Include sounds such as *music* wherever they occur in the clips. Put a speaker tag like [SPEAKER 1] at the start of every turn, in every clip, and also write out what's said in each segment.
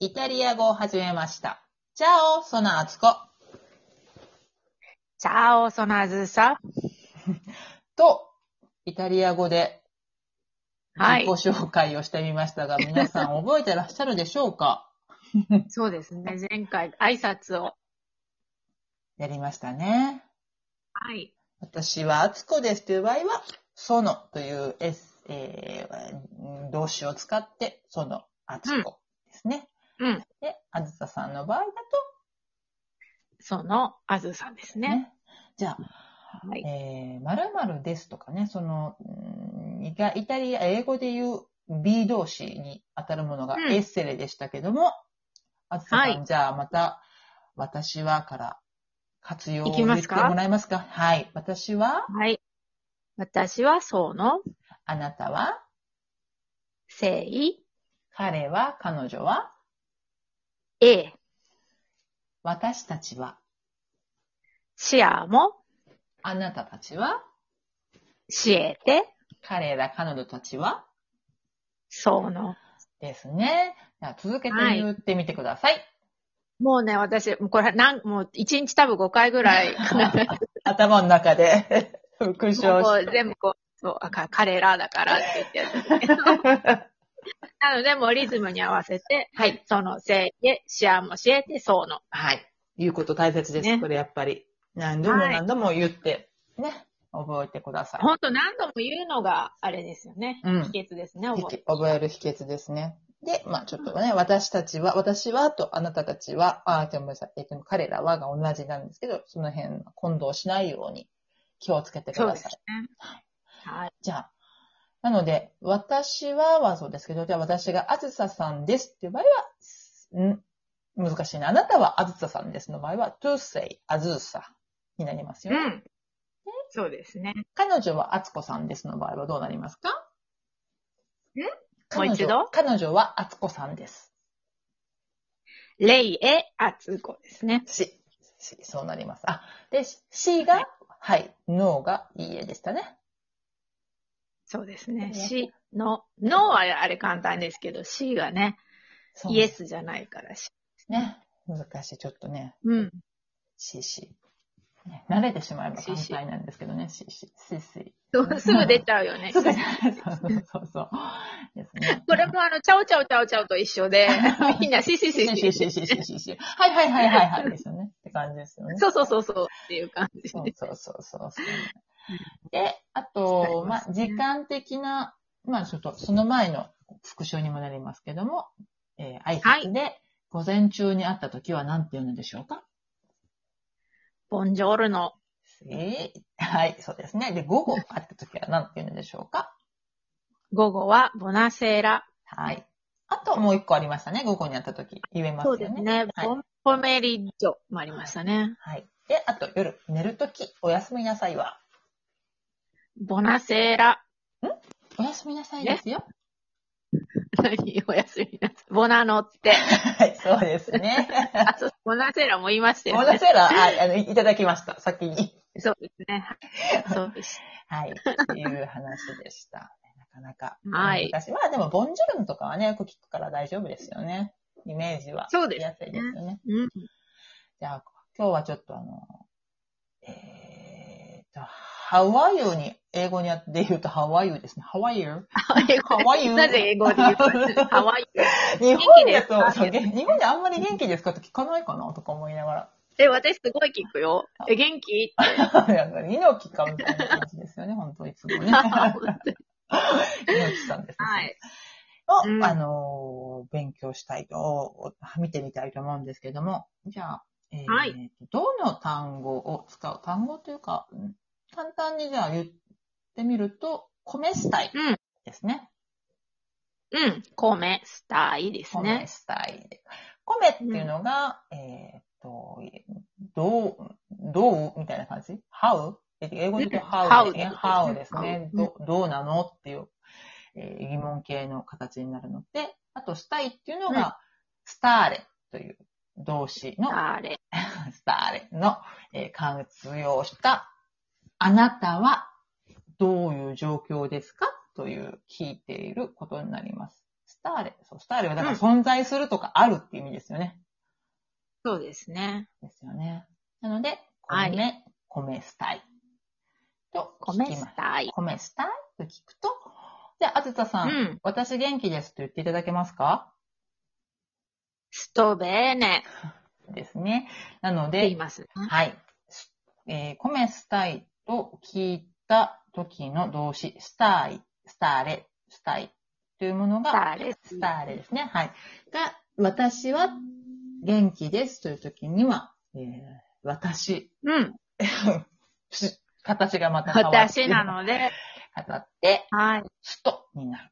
[SPEAKER 1] イタリア語を始めました。チャオ、ソナアツコ。
[SPEAKER 2] チャオソナズサ。
[SPEAKER 1] と、イタリア語で
[SPEAKER 2] は
[SPEAKER 1] 自己
[SPEAKER 2] い。
[SPEAKER 1] 紹介をしてみま
[SPEAKER 2] *laughs*
[SPEAKER 1] したが、皆さん覚えてらっしゃるでしょうか
[SPEAKER 2] そうですね。前回挨拶を。
[SPEAKER 1] やりましたね。
[SPEAKER 2] はい。
[SPEAKER 1] 私はアツコですという場合は、そのという、S えー、動詞を使って、そのアツコですね。
[SPEAKER 2] うん。
[SPEAKER 1] で、あずささんの場合だ
[SPEAKER 2] その、あずさんです
[SPEAKER 1] と
[SPEAKER 2] ね。
[SPEAKER 1] ねじゃあ、
[SPEAKER 2] はい。
[SPEAKER 1] えー、〇〇ですとかね、その、うんイタイタリア、英語で言う B 動詞に当たるものが
[SPEAKER 2] うん
[SPEAKER 1] エッセレでしたけども、あずささん、
[SPEAKER 2] は
[SPEAKER 1] じゃあまた、私はから活用を
[SPEAKER 2] い
[SPEAKER 1] 言
[SPEAKER 2] き
[SPEAKER 1] っ
[SPEAKER 2] ま
[SPEAKER 1] て
[SPEAKER 2] すか
[SPEAKER 1] もらえますかはい。私は、
[SPEAKER 2] はい。私は、その、
[SPEAKER 1] あなたは、
[SPEAKER 2] せい、
[SPEAKER 1] 彼は、彼女は、
[SPEAKER 2] え、
[SPEAKER 1] 私たちは、
[SPEAKER 2] シアも、
[SPEAKER 1] あなたたちは、
[SPEAKER 2] しえて、
[SPEAKER 1] 彼ら、彼女たちは、
[SPEAKER 2] その。
[SPEAKER 1] ですね。じゃあ続けて
[SPEAKER 2] はい
[SPEAKER 1] 言ってみてください。
[SPEAKER 2] もうね、私、もうこれ、なん、もう、一日多分5回ぐら *laughs* い、
[SPEAKER 1] 頭の中で *laughs* 復唱
[SPEAKER 2] もう
[SPEAKER 1] *laughs*
[SPEAKER 2] こ
[SPEAKER 1] し
[SPEAKER 2] う全部こう、そう、あか彼らだからって言ってる。
[SPEAKER 1] て。
[SPEAKER 2] なので、もうリズムに合わせて、
[SPEAKER 1] はい。
[SPEAKER 2] その、せい、え、シアも、しえて、その。
[SPEAKER 1] はい。言うこと大切です。
[SPEAKER 2] ね
[SPEAKER 1] これやっぱり。何度も
[SPEAKER 2] はい
[SPEAKER 1] 何度も言って、ね。覚えてください。
[SPEAKER 2] ほんと何度も言うのが、あれですよね。
[SPEAKER 1] うん
[SPEAKER 2] 秘訣ですね、覚え
[SPEAKER 1] ひき覚える秘訣ですね。で、まあちょっとね、私たちは、私はとあなたたちは、あ、ごめんなさい、えっと彼らはが同じなんですけど、その辺混同しないように気をつけてく
[SPEAKER 2] そう
[SPEAKER 1] だ
[SPEAKER 2] です
[SPEAKER 1] さい。
[SPEAKER 2] ね。はい。
[SPEAKER 1] じゃあ、なので、私ははそうですけど、じゃあ私があずささんですっていう場合は、ん難しいな。あなたはあずささんですの場合は、to say あずさになりますよ
[SPEAKER 2] う
[SPEAKER 1] ね。
[SPEAKER 2] ん。そうですね。
[SPEAKER 1] 彼女はあつこさんですの場合はどうなりますか
[SPEAKER 2] もう一度
[SPEAKER 1] 彼女彼女はあつこさんです。
[SPEAKER 2] レイエアツコですね。
[SPEAKER 1] し、し、そうなります。あ、で、ししが、はい、のがいいえでしたね。
[SPEAKER 2] そうですね。
[SPEAKER 1] ね
[SPEAKER 2] し、の、のはあれ簡単ですけど、しがね、
[SPEAKER 1] そう
[SPEAKER 2] イエスじゃないからし。
[SPEAKER 1] ね。難しい。ちょっとね、
[SPEAKER 2] うん。
[SPEAKER 1] しし。ね慣れてしまえば
[SPEAKER 2] し
[SPEAKER 1] 簡
[SPEAKER 2] し
[SPEAKER 1] 単なんですけどね、しし、しし。
[SPEAKER 2] そうすぐ出ちゃうよね。
[SPEAKER 1] そうそうそうそう。ですね。
[SPEAKER 2] これもあの、ちゃおちゃおちゃおちゃおと一緒 *laughs* で、みんなしし
[SPEAKER 1] し
[SPEAKER 2] し
[SPEAKER 1] し
[SPEAKER 2] し。
[SPEAKER 1] ししししし。はいはいはいはいはいですよね。って感じですよね。
[SPEAKER 2] そうそうそうそうっていう感じで
[SPEAKER 1] そうそうそうそうそう。で、あと、
[SPEAKER 2] 使い
[SPEAKER 1] ま
[SPEAKER 2] ま
[SPEAKER 1] あ
[SPEAKER 2] す、ね
[SPEAKER 1] 時間的な、まあ、ちょっと、その前の復習にもなりますけども、えー、挨拶で、午前中に会った時は何て言うんでしょうか
[SPEAKER 2] ボンジョールの
[SPEAKER 1] えーはい、そうですね。で、午後会った時は何て言うんでしょうか
[SPEAKER 2] 午後はボナセーラ。
[SPEAKER 1] はい。あと、もう一個ありましたね。午後に会った時言えますよ
[SPEAKER 2] そう
[SPEAKER 1] ね。
[SPEAKER 2] ですね。
[SPEAKER 1] はい
[SPEAKER 2] ボンポメリッジョもありましたね。
[SPEAKER 1] はい。で、あと、夜、寝る時、おやすみなさいは、
[SPEAKER 2] ボナセーラ。
[SPEAKER 1] おやすみなさいですよ。
[SPEAKER 2] 何おやすみなさい。ボナノって。
[SPEAKER 1] はい、そうです
[SPEAKER 2] *laughs*
[SPEAKER 1] ね。
[SPEAKER 2] あ、そう、ボナセーラも言いましたよ
[SPEAKER 1] お
[SPEAKER 2] ね。
[SPEAKER 1] なせら、はい、あの、いただきました、先に。
[SPEAKER 2] そうですね。そうです。
[SPEAKER 1] はい。っていう話でした。 *laughs* なかなか。
[SPEAKER 2] はい
[SPEAKER 1] 難しい。まあでも、ボンジュルムとかはね、よく聞くから大丈夫ですよね。イメージは。
[SPEAKER 2] そうです
[SPEAKER 1] やすいですよね。
[SPEAKER 2] うん。
[SPEAKER 1] じゃあ、今日はちょっとあの、えーと、ハワイユに、英語にあって言うとハワイユですね。ハワイユ
[SPEAKER 2] 英
[SPEAKER 1] ハワイユ
[SPEAKER 2] 語なぜ英語で言うのハワイ。
[SPEAKER 1] 日本だ
[SPEAKER 2] 元
[SPEAKER 1] と、そ
[SPEAKER 2] 気
[SPEAKER 1] う
[SPEAKER 2] ですか
[SPEAKER 1] 日本であんまり元気ですかって聞かない *laughs* かなとか思いなが
[SPEAKER 2] え、私すごい聞くよ。え、
[SPEAKER 1] *laughs*
[SPEAKER 2] 元気
[SPEAKER 1] ら。猪木かみたいな感じですよね、本当いつも
[SPEAKER 2] *laughs*
[SPEAKER 1] ね。猪木さんですね。
[SPEAKER 2] はい。
[SPEAKER 1] を、
[SPEAKER 2] うん
[SPEAKER 1] あのー勉強したいと、お見てみたいと思うんですけども、じゃあ、えー
[SPEAKER 2] は
[SPEAKER 1] どの単語を使う単語というか、うん簡単にじゃあ言ってみると、コメスタイ
[SPEAKER 2] うん
[SPEAKER 1] ですね。
[SPEAKER 2] うん。コメスタイです
[SPEAKER 1] コメ
[SPEAKER 2] ね。
[SPEAKER 1] スタイ。コメっていうのが、えーっと、どう、どうみたいな感じ ?how? え英語で言うと
[SPEAKER 2] うん
[SPEAKER 1] how ですね。
[SPEAKER 2] how
[SPEAKER 1] how ですね。
[SPEAKER 2] うん
[SPEAKER 1] どどうなのっていう、えー疑問形の形になるので、あと、したいっていうの
[SPEAKER 2] う
[SPEAKER 1] が、スターレという動詞の、
[SPEAKER 2] あれ。
[SPEAKER 1] スターレの、えー活用した、あなたはどういう状況ですかという聞いていることになります。スターレ。そう、スターレはだから存在するとかあるっていう意味ですよね。
[SPEAKER 2] そうですね。
[SPEAKER 1] ですよね。なので、
[SPEAKER 2] は
[SPEAKER 1] 米、
[SPEAKER 2] い
[SPEAKER 1] 米スタイ。と
[SPEAKER 2] コ
[SPEAKER 1] 聞
[SPEAKER 2] メ
[SPEAKER 1] き
[SPEAKER 2] ス
[SPEAKER 1] ます。
[SPEAKER 2] タイ。
[SPEAKER 1] 米スタイと聞くと、じゃあ、あずた
[SPEAKER 2] う
[SPEAKER 1] さん,、
[SPEAKER 2] ん。
[SPEAKER 1] 私元気ですと言っていただけますか
[SPEAKER 2] ストベーネ
[SPEAKER 1] ですね。なの
[SPEAKER 2] って言い
[SPEAKER 1] で、
[SPEAKER 2] ますね。
[SPEAKER 1] はい。すえー、米スタイと聞いた時の動詞、スタイ、スターレ、スタイというもの
[SPEAKER 2] ス
[SPEAKER 1] が、
[SPEAKER 2] ターレ
[SPEAKER 1] スターレですね。はい。が、私は元気ですという時には、えー私、 *laughs*
[SPEAKER 2] うん。
[SPEAKER 1] 形がまた変わって
[SPEAKER 2] 私なので、
[SPEAKER 1] 語って、
[SPEAKER 2] はい。
[SPEAKER 1] ストになる。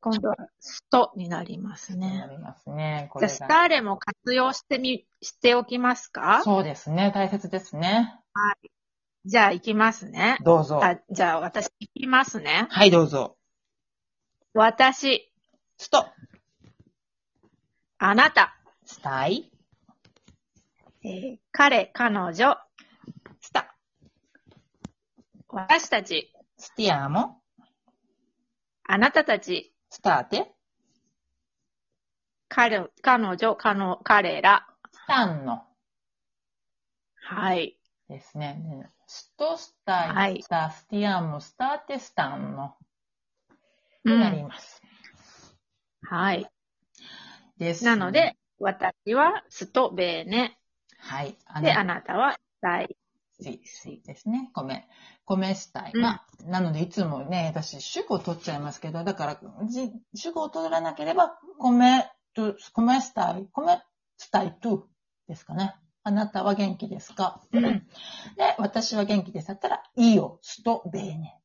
[SPEAKER 2] 今度はストになります
[SPEAKER 1] な
[SPEAKER 2] ね。
[SPEAKER 1] りますね。こ
[SPEAKER 2] じ
[SPEAKER 1] れ
[SPEAKER 2] ゃあ、
[SPEAKER 1] が
[SPEAKER 2] スターレも活用してみ、しておきますか
[SPEAKER 1] そうですね。大切ですね。
[SPEAKER 2] じゃあ、行きますね。
[SPEAKER 1] どうぞ。
[SPEAKER 2] あじゃあ、私、行きますね。
[SPEAKER 1] はい、どうぞ。
[SPEAKER 2] 私、
[SPEAKER 1] スト。
[SPEAKER 2] あなた、
[SPEAKER 1] スタイ。
[SPEAKER 2] えー彼、彼女、
[SPEAKER 1] スタ。
[SPEAKER 2] 私たち、
[SPEAKER 1] スティアモ。
[SPEAKER 2] あなたたち、
[SPEAKER 1] スターテ。
[SPEAKER 2] 彼、彼女、彼の、彼ら。
[SPEAKER 1] スタンの。
[SPEAKER 2] はい。
[SPEAKER 1] ですね。スト、スタイ、
[SPEAKER 2] はい
[SPEAKER 1] スタ、スティアモ、スターテ、スタンの。
[SPEAKER 2] う
[SPEAKER 1] になり
[SPEAKER 2] ん。
[SPEAKER 1] ます。
[SPEAKER 2] はい。
[SPEAKER 1] です。
[SPEAKER 2] なので、、私はストベーネ。
[SPEAKER 1] はい。あ
[SPEAKER 2] で、
[SPEAKER 1] な
[SPEAKER 2] あ
[SPEAKER 1] た
[SPEAKER 2] なたはダイ
[SPEAKER 1] ち
[SPEAKER 2] スイ。
[SPEAKER 1] ですね。米。米主体。
[SPEAKER 2] うん
[SPEAKER 1] まあ、なのでいつもね、私、主語を取っちゃいますけど、だから、じ主語を取らなければ、米と、米主体、米主体と、ですかね。あなたは元気ですか、
[SPEAKER 2] うん
[SPEAKER 1] で、私は元気ですだったら、イオスとベーネ。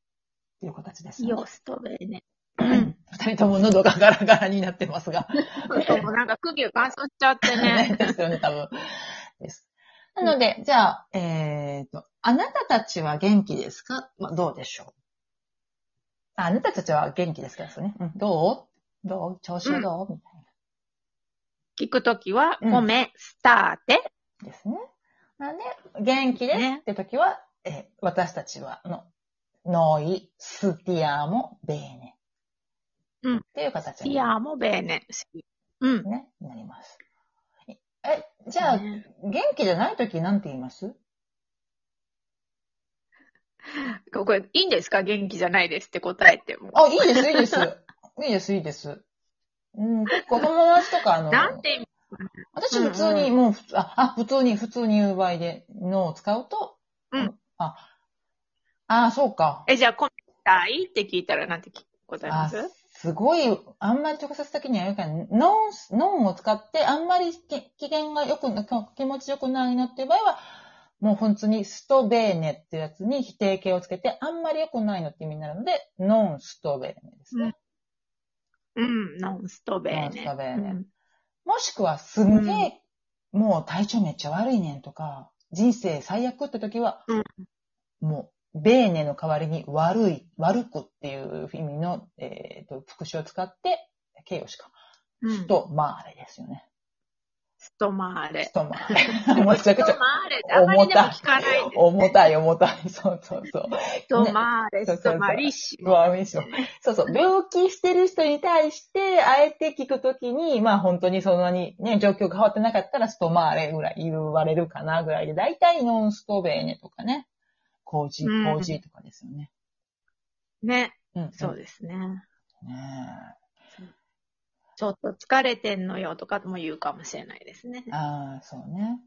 [SPEAKER 1] という形です、
[SPEAKER 2] イオ。ストベーネ。
[SPEAKER 1] うん二人とも喉がガラガラになってますが。
[SPEAKER 2] そうもなんか空気が乾燥しちゃって
[SPEAKER 1] *laughs* ね
[SPEAKER 2] ね。
[SPEAKER 1] ですよね、多分。です。なので、じゃあ、えっ、と、あなたたちは元気ですかはどうでしょうああなたたちは元気ですかですよね。うん、どうどう調子はどう、みたい
[SPEAKER 2] 聞くときは、
[SPEAKER 1] うん
[SPEAKER 2] コメスターテ。
[SPEAKER 1] なですね。なので、元気です
[SPEAKER 2] ね
[SPEAKER 1] って時は、えー私たちは、の、ノイ、スティアもベーネ。
[SPEAKER 2] うん
[SPEAKER 1] っていう形に
[SPEAKER 2] イ
[SPEAKER 1] な
[SPEAKER 2] アもベーネ。う
[SPEAKER 1] り。ま
[SPEAKER 2] ん
[SPEAKER 1] すねなります。え、じゃあ、元
[SPEAKER 2] ね
[SPEAKER 1] 気じゃない時なんて言います
[SPEAKER 2] ここ、いいんですか元気じゃないですって答えても。
[SPEAKER 1] あ、いいです、いいです。いいです、いいです。うん、結構友達とか、あの、
[SPEAKER 2] なんて、
[SPEAKER 1] 私普通に、
[SPEAKER 2] う
[SPEAKER 1] もう普通、あ、あ、普通に、普通に言う場合で、のを使うと、
[SPEAKER 2] うん
[SPEAKER 1] あ、あ、そうか。
[SPEAKER 2] え、じゃあ、コメダイって聞いたらなんて聞答えま
[SPEAKER 1] あ
[SPEAKER 2] す、
[SPEAKER 1] すごい、あんまり直接的には言うから、ノン、ノンを使って、あんまりき機嫌が良くな、気持ち良くないなっていう場合は、もう本当にストベーネっていうやつに否定形をつけて、あんまり良くないのって意味になるので、ノンストベーネですね。
[SPEAKER 2] うん、ノンストベー
[SPEAKER 1] ノン
[SPEAKER 2] ネ。
[SPEAKER 1] ストベーネ
[SPEAKER 2] うん
[SPEAKER 1] もしくは、すんげえ、もう体調めっちゃ悪いねんとか、人生最悪って時は、
[SPEAKER 2] うん
[SPEAKER 1] もう、ベーネの代わりに悪い、悪くっていう意味の、えーと副詞を使って、形容詞か。
[SPEAKER 2] うん
[SPEAKER 1] ストマーレですよね。
[SPEAKER 2] ストマー
[SPEAKER 1] ス
[SPEAKER 2] レ。
[SPEAKER 1] トマーレ。 *laughs* めちゃくち
[SPEAKER 2] ス
[SPEAKER 1] ゃ
[SPEAKER 2] トマーレってあんまりでも聞かないです。
[SPEAKER 1] 重たい重たい。そうそうそう。
[SPEAKER 2] ストマーレ、
[SPEAKER 1] そう
[SPEAKER 2] ス
[SPEAKER 1] そうそう
[SPEAKER 2] トマリッシュ。
[SPEAKER 1] 不安症。そうそう。病気してる人に対して、あえて聞くときに、まあ本当にそんなにね、状況が変わってなかったら、ストマーレぐらい言われるかなぐらいで、大体ノンストベーネとかね、コージ
[SPEAKER 2] うん
[SPEAKER 1] ー、コージーとかですよね。
[SPEAKER 2] ね、
[SPEAKER 1] うん。
[SPEAKER 2] そう
[SPEAKER 1] で
[SPEAKER 2] ですね。
[SPEAKER 1] すね。
[SPEAKER 2] ちょっと疲れてんのよとかも言うかもしれないですね。
[SPEAKER 1] ああ、そうね。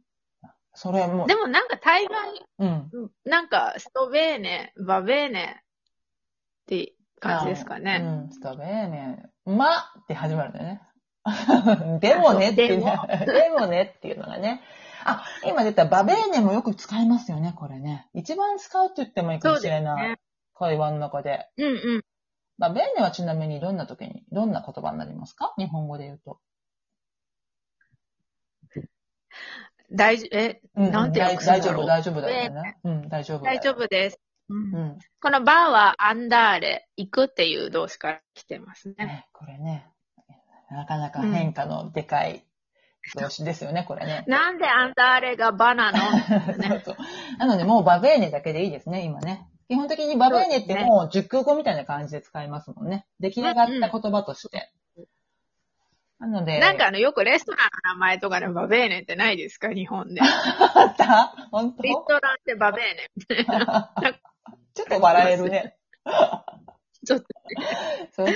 [SPEAKER 1] それも、
[SPEAKER 2] でもなんか大概、
[SPEAKER 1] うん。
[SPEAKER 2] なんかストベーネ、バベーネって感じですかね。
[SPEAKER 1] うん、ストベーネ。まって始まるんだよね。 *laughs* でもねってね。
[SPEAKER 2] でも
[SPEAKER 1] でもねっていうのがね。あ、今出たバベーネもよく使いますよね、これね。一番使うって言ってもいいか
[SPEAKER 2] そ
[SPEAKER 1] も
[SPEAKER 2] う
[SPEAKER 1] し
[SPEAKER 2] です
[SPEAKER 1] れない。
[SPEAKER 2] ね。
[SPEAKER 1] 会話の中で。
[SPEAKER 2] うんうん。
[SPEAKER 1] バベーネはちなみにどんな時に、どんな言葉になりますか日本語で言うと。
[SPEAKER 2] 大丈夫、え、
[SPEAKER 1] うん、
[SPEAKER 2] なんて
[SPEAKER 1] 大
[SPEAKER 2] 訳すん
[SPEAKER 1] 大
[SPEAKER 2] だ
[SPEAKER 1] 丈
[SPEAKER 2] ろ
[SPEAKER 1] 夫、
[SPEAKER 2] う。
[SPEAKER 1] 大丈夫だよね。うん、大丈夫だ
[SPEAKER 2] 大
[SPEAKER 1] よ。
[SPEAKER 2] 丈夫です。うん
[SPEAKER 1] うん。
[SPEAKER 2] このバーはアンダーレ、行くっていう動詞から来てますね。
[SPEAKER 1] ね、これね。なかなか変化のでかい動詞ですよね、これね。
[SPEAKER 2] なんでアンダーレがバな
[SPEAKER 1] *laughs*
[SPEAKER 2] の
[SPEAKER 1] そうそう。なので、もうバベーネだけでいいですね、今ね。基本的にバベーネってもう熟語みたいな感じで使いますもんね。出来上がった言葉として。なので、
[SPEAKER 2] *laughs* なんかあの、よくレストランの名前とかでバベーネってないですか日本
[SPEAKER 1] *laughs*
[SPEAKER 2] で。
[SPEAKER 1] あった本当
[SPEAKER 2] レストランってバベーネ。
[SPEAKER 1] ちょっと笑えるね。
[SPEAKER 2] ちょっと
[SPEAKER 1] そう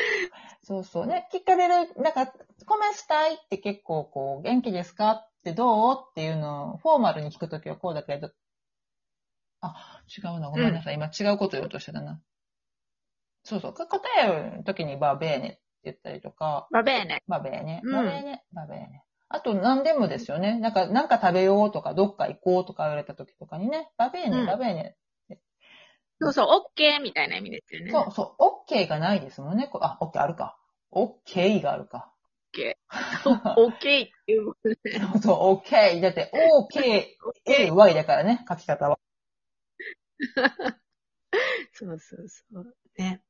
[SPEAKER 1] そうそう。ね、聞かれる、なんか、コメしたいって結構こう、元気ですかってどうっていうのをフォーマルに聞くときはこうだけど、あ、違うな、ごめんなさい。今違うこと言おうとしてたな。そうそう。か答えるときにバベーネって言ったりとか、
[SPEAKER 2] バベーネ。
[SPEAKER 1] バベーね。
[SPEAKER 2] うん
[SPEAKER 1] バベーね。バベーね。あと何でもですよね。なんか、なんか食べようとか、どっか行こうとか言われた時とかにね、バベー
[SPEAKER 2] う
[SPEAKER 1] ね、
[SPEAKER 2] ん
[SPEAKER 1] バベーね。
[SPEAKER 2] そうそう、オッケーみたいな意味ですよね。
[SPEAKER 1] そうそう、オッケーがないですもんね。こあ、オッケーあるか。オッケーがあるか。 *laughs*
[SPEAKER 2] オッケーっていうことで。
[SPEAKER 1] そうそう、オッケー。だって、オーケー、A、Y だからね、書き方は。
[SPEAKER 2] そうそうそう。ね。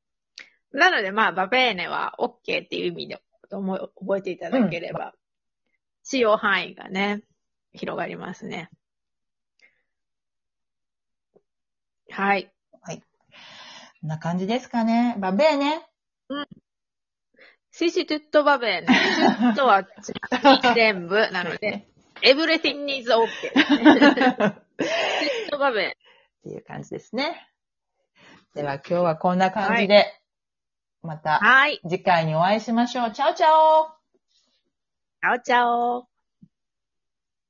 [SPEAKER 2] なので、まあ、バベーネはオッケーっていう意味で思い覚えていただければ、使用範囲がね、広がりますね。はい。
[SPEAKER 1] こんな感じですかね。バベーね。
[SPEAKER 2] シシトゥットバベーネ。トゥットは全部な *laughs* ので、everything is okay. シトゥットバベーネ。
[SPEAKER 1] っていう感じですね。では今日はこんな感じで、また
[SPEAKER 2] はい。
[SPEAKER 1] 次回にお会いしましょう。チャオチャオ
[SPEAKER 2] チャオチャオ。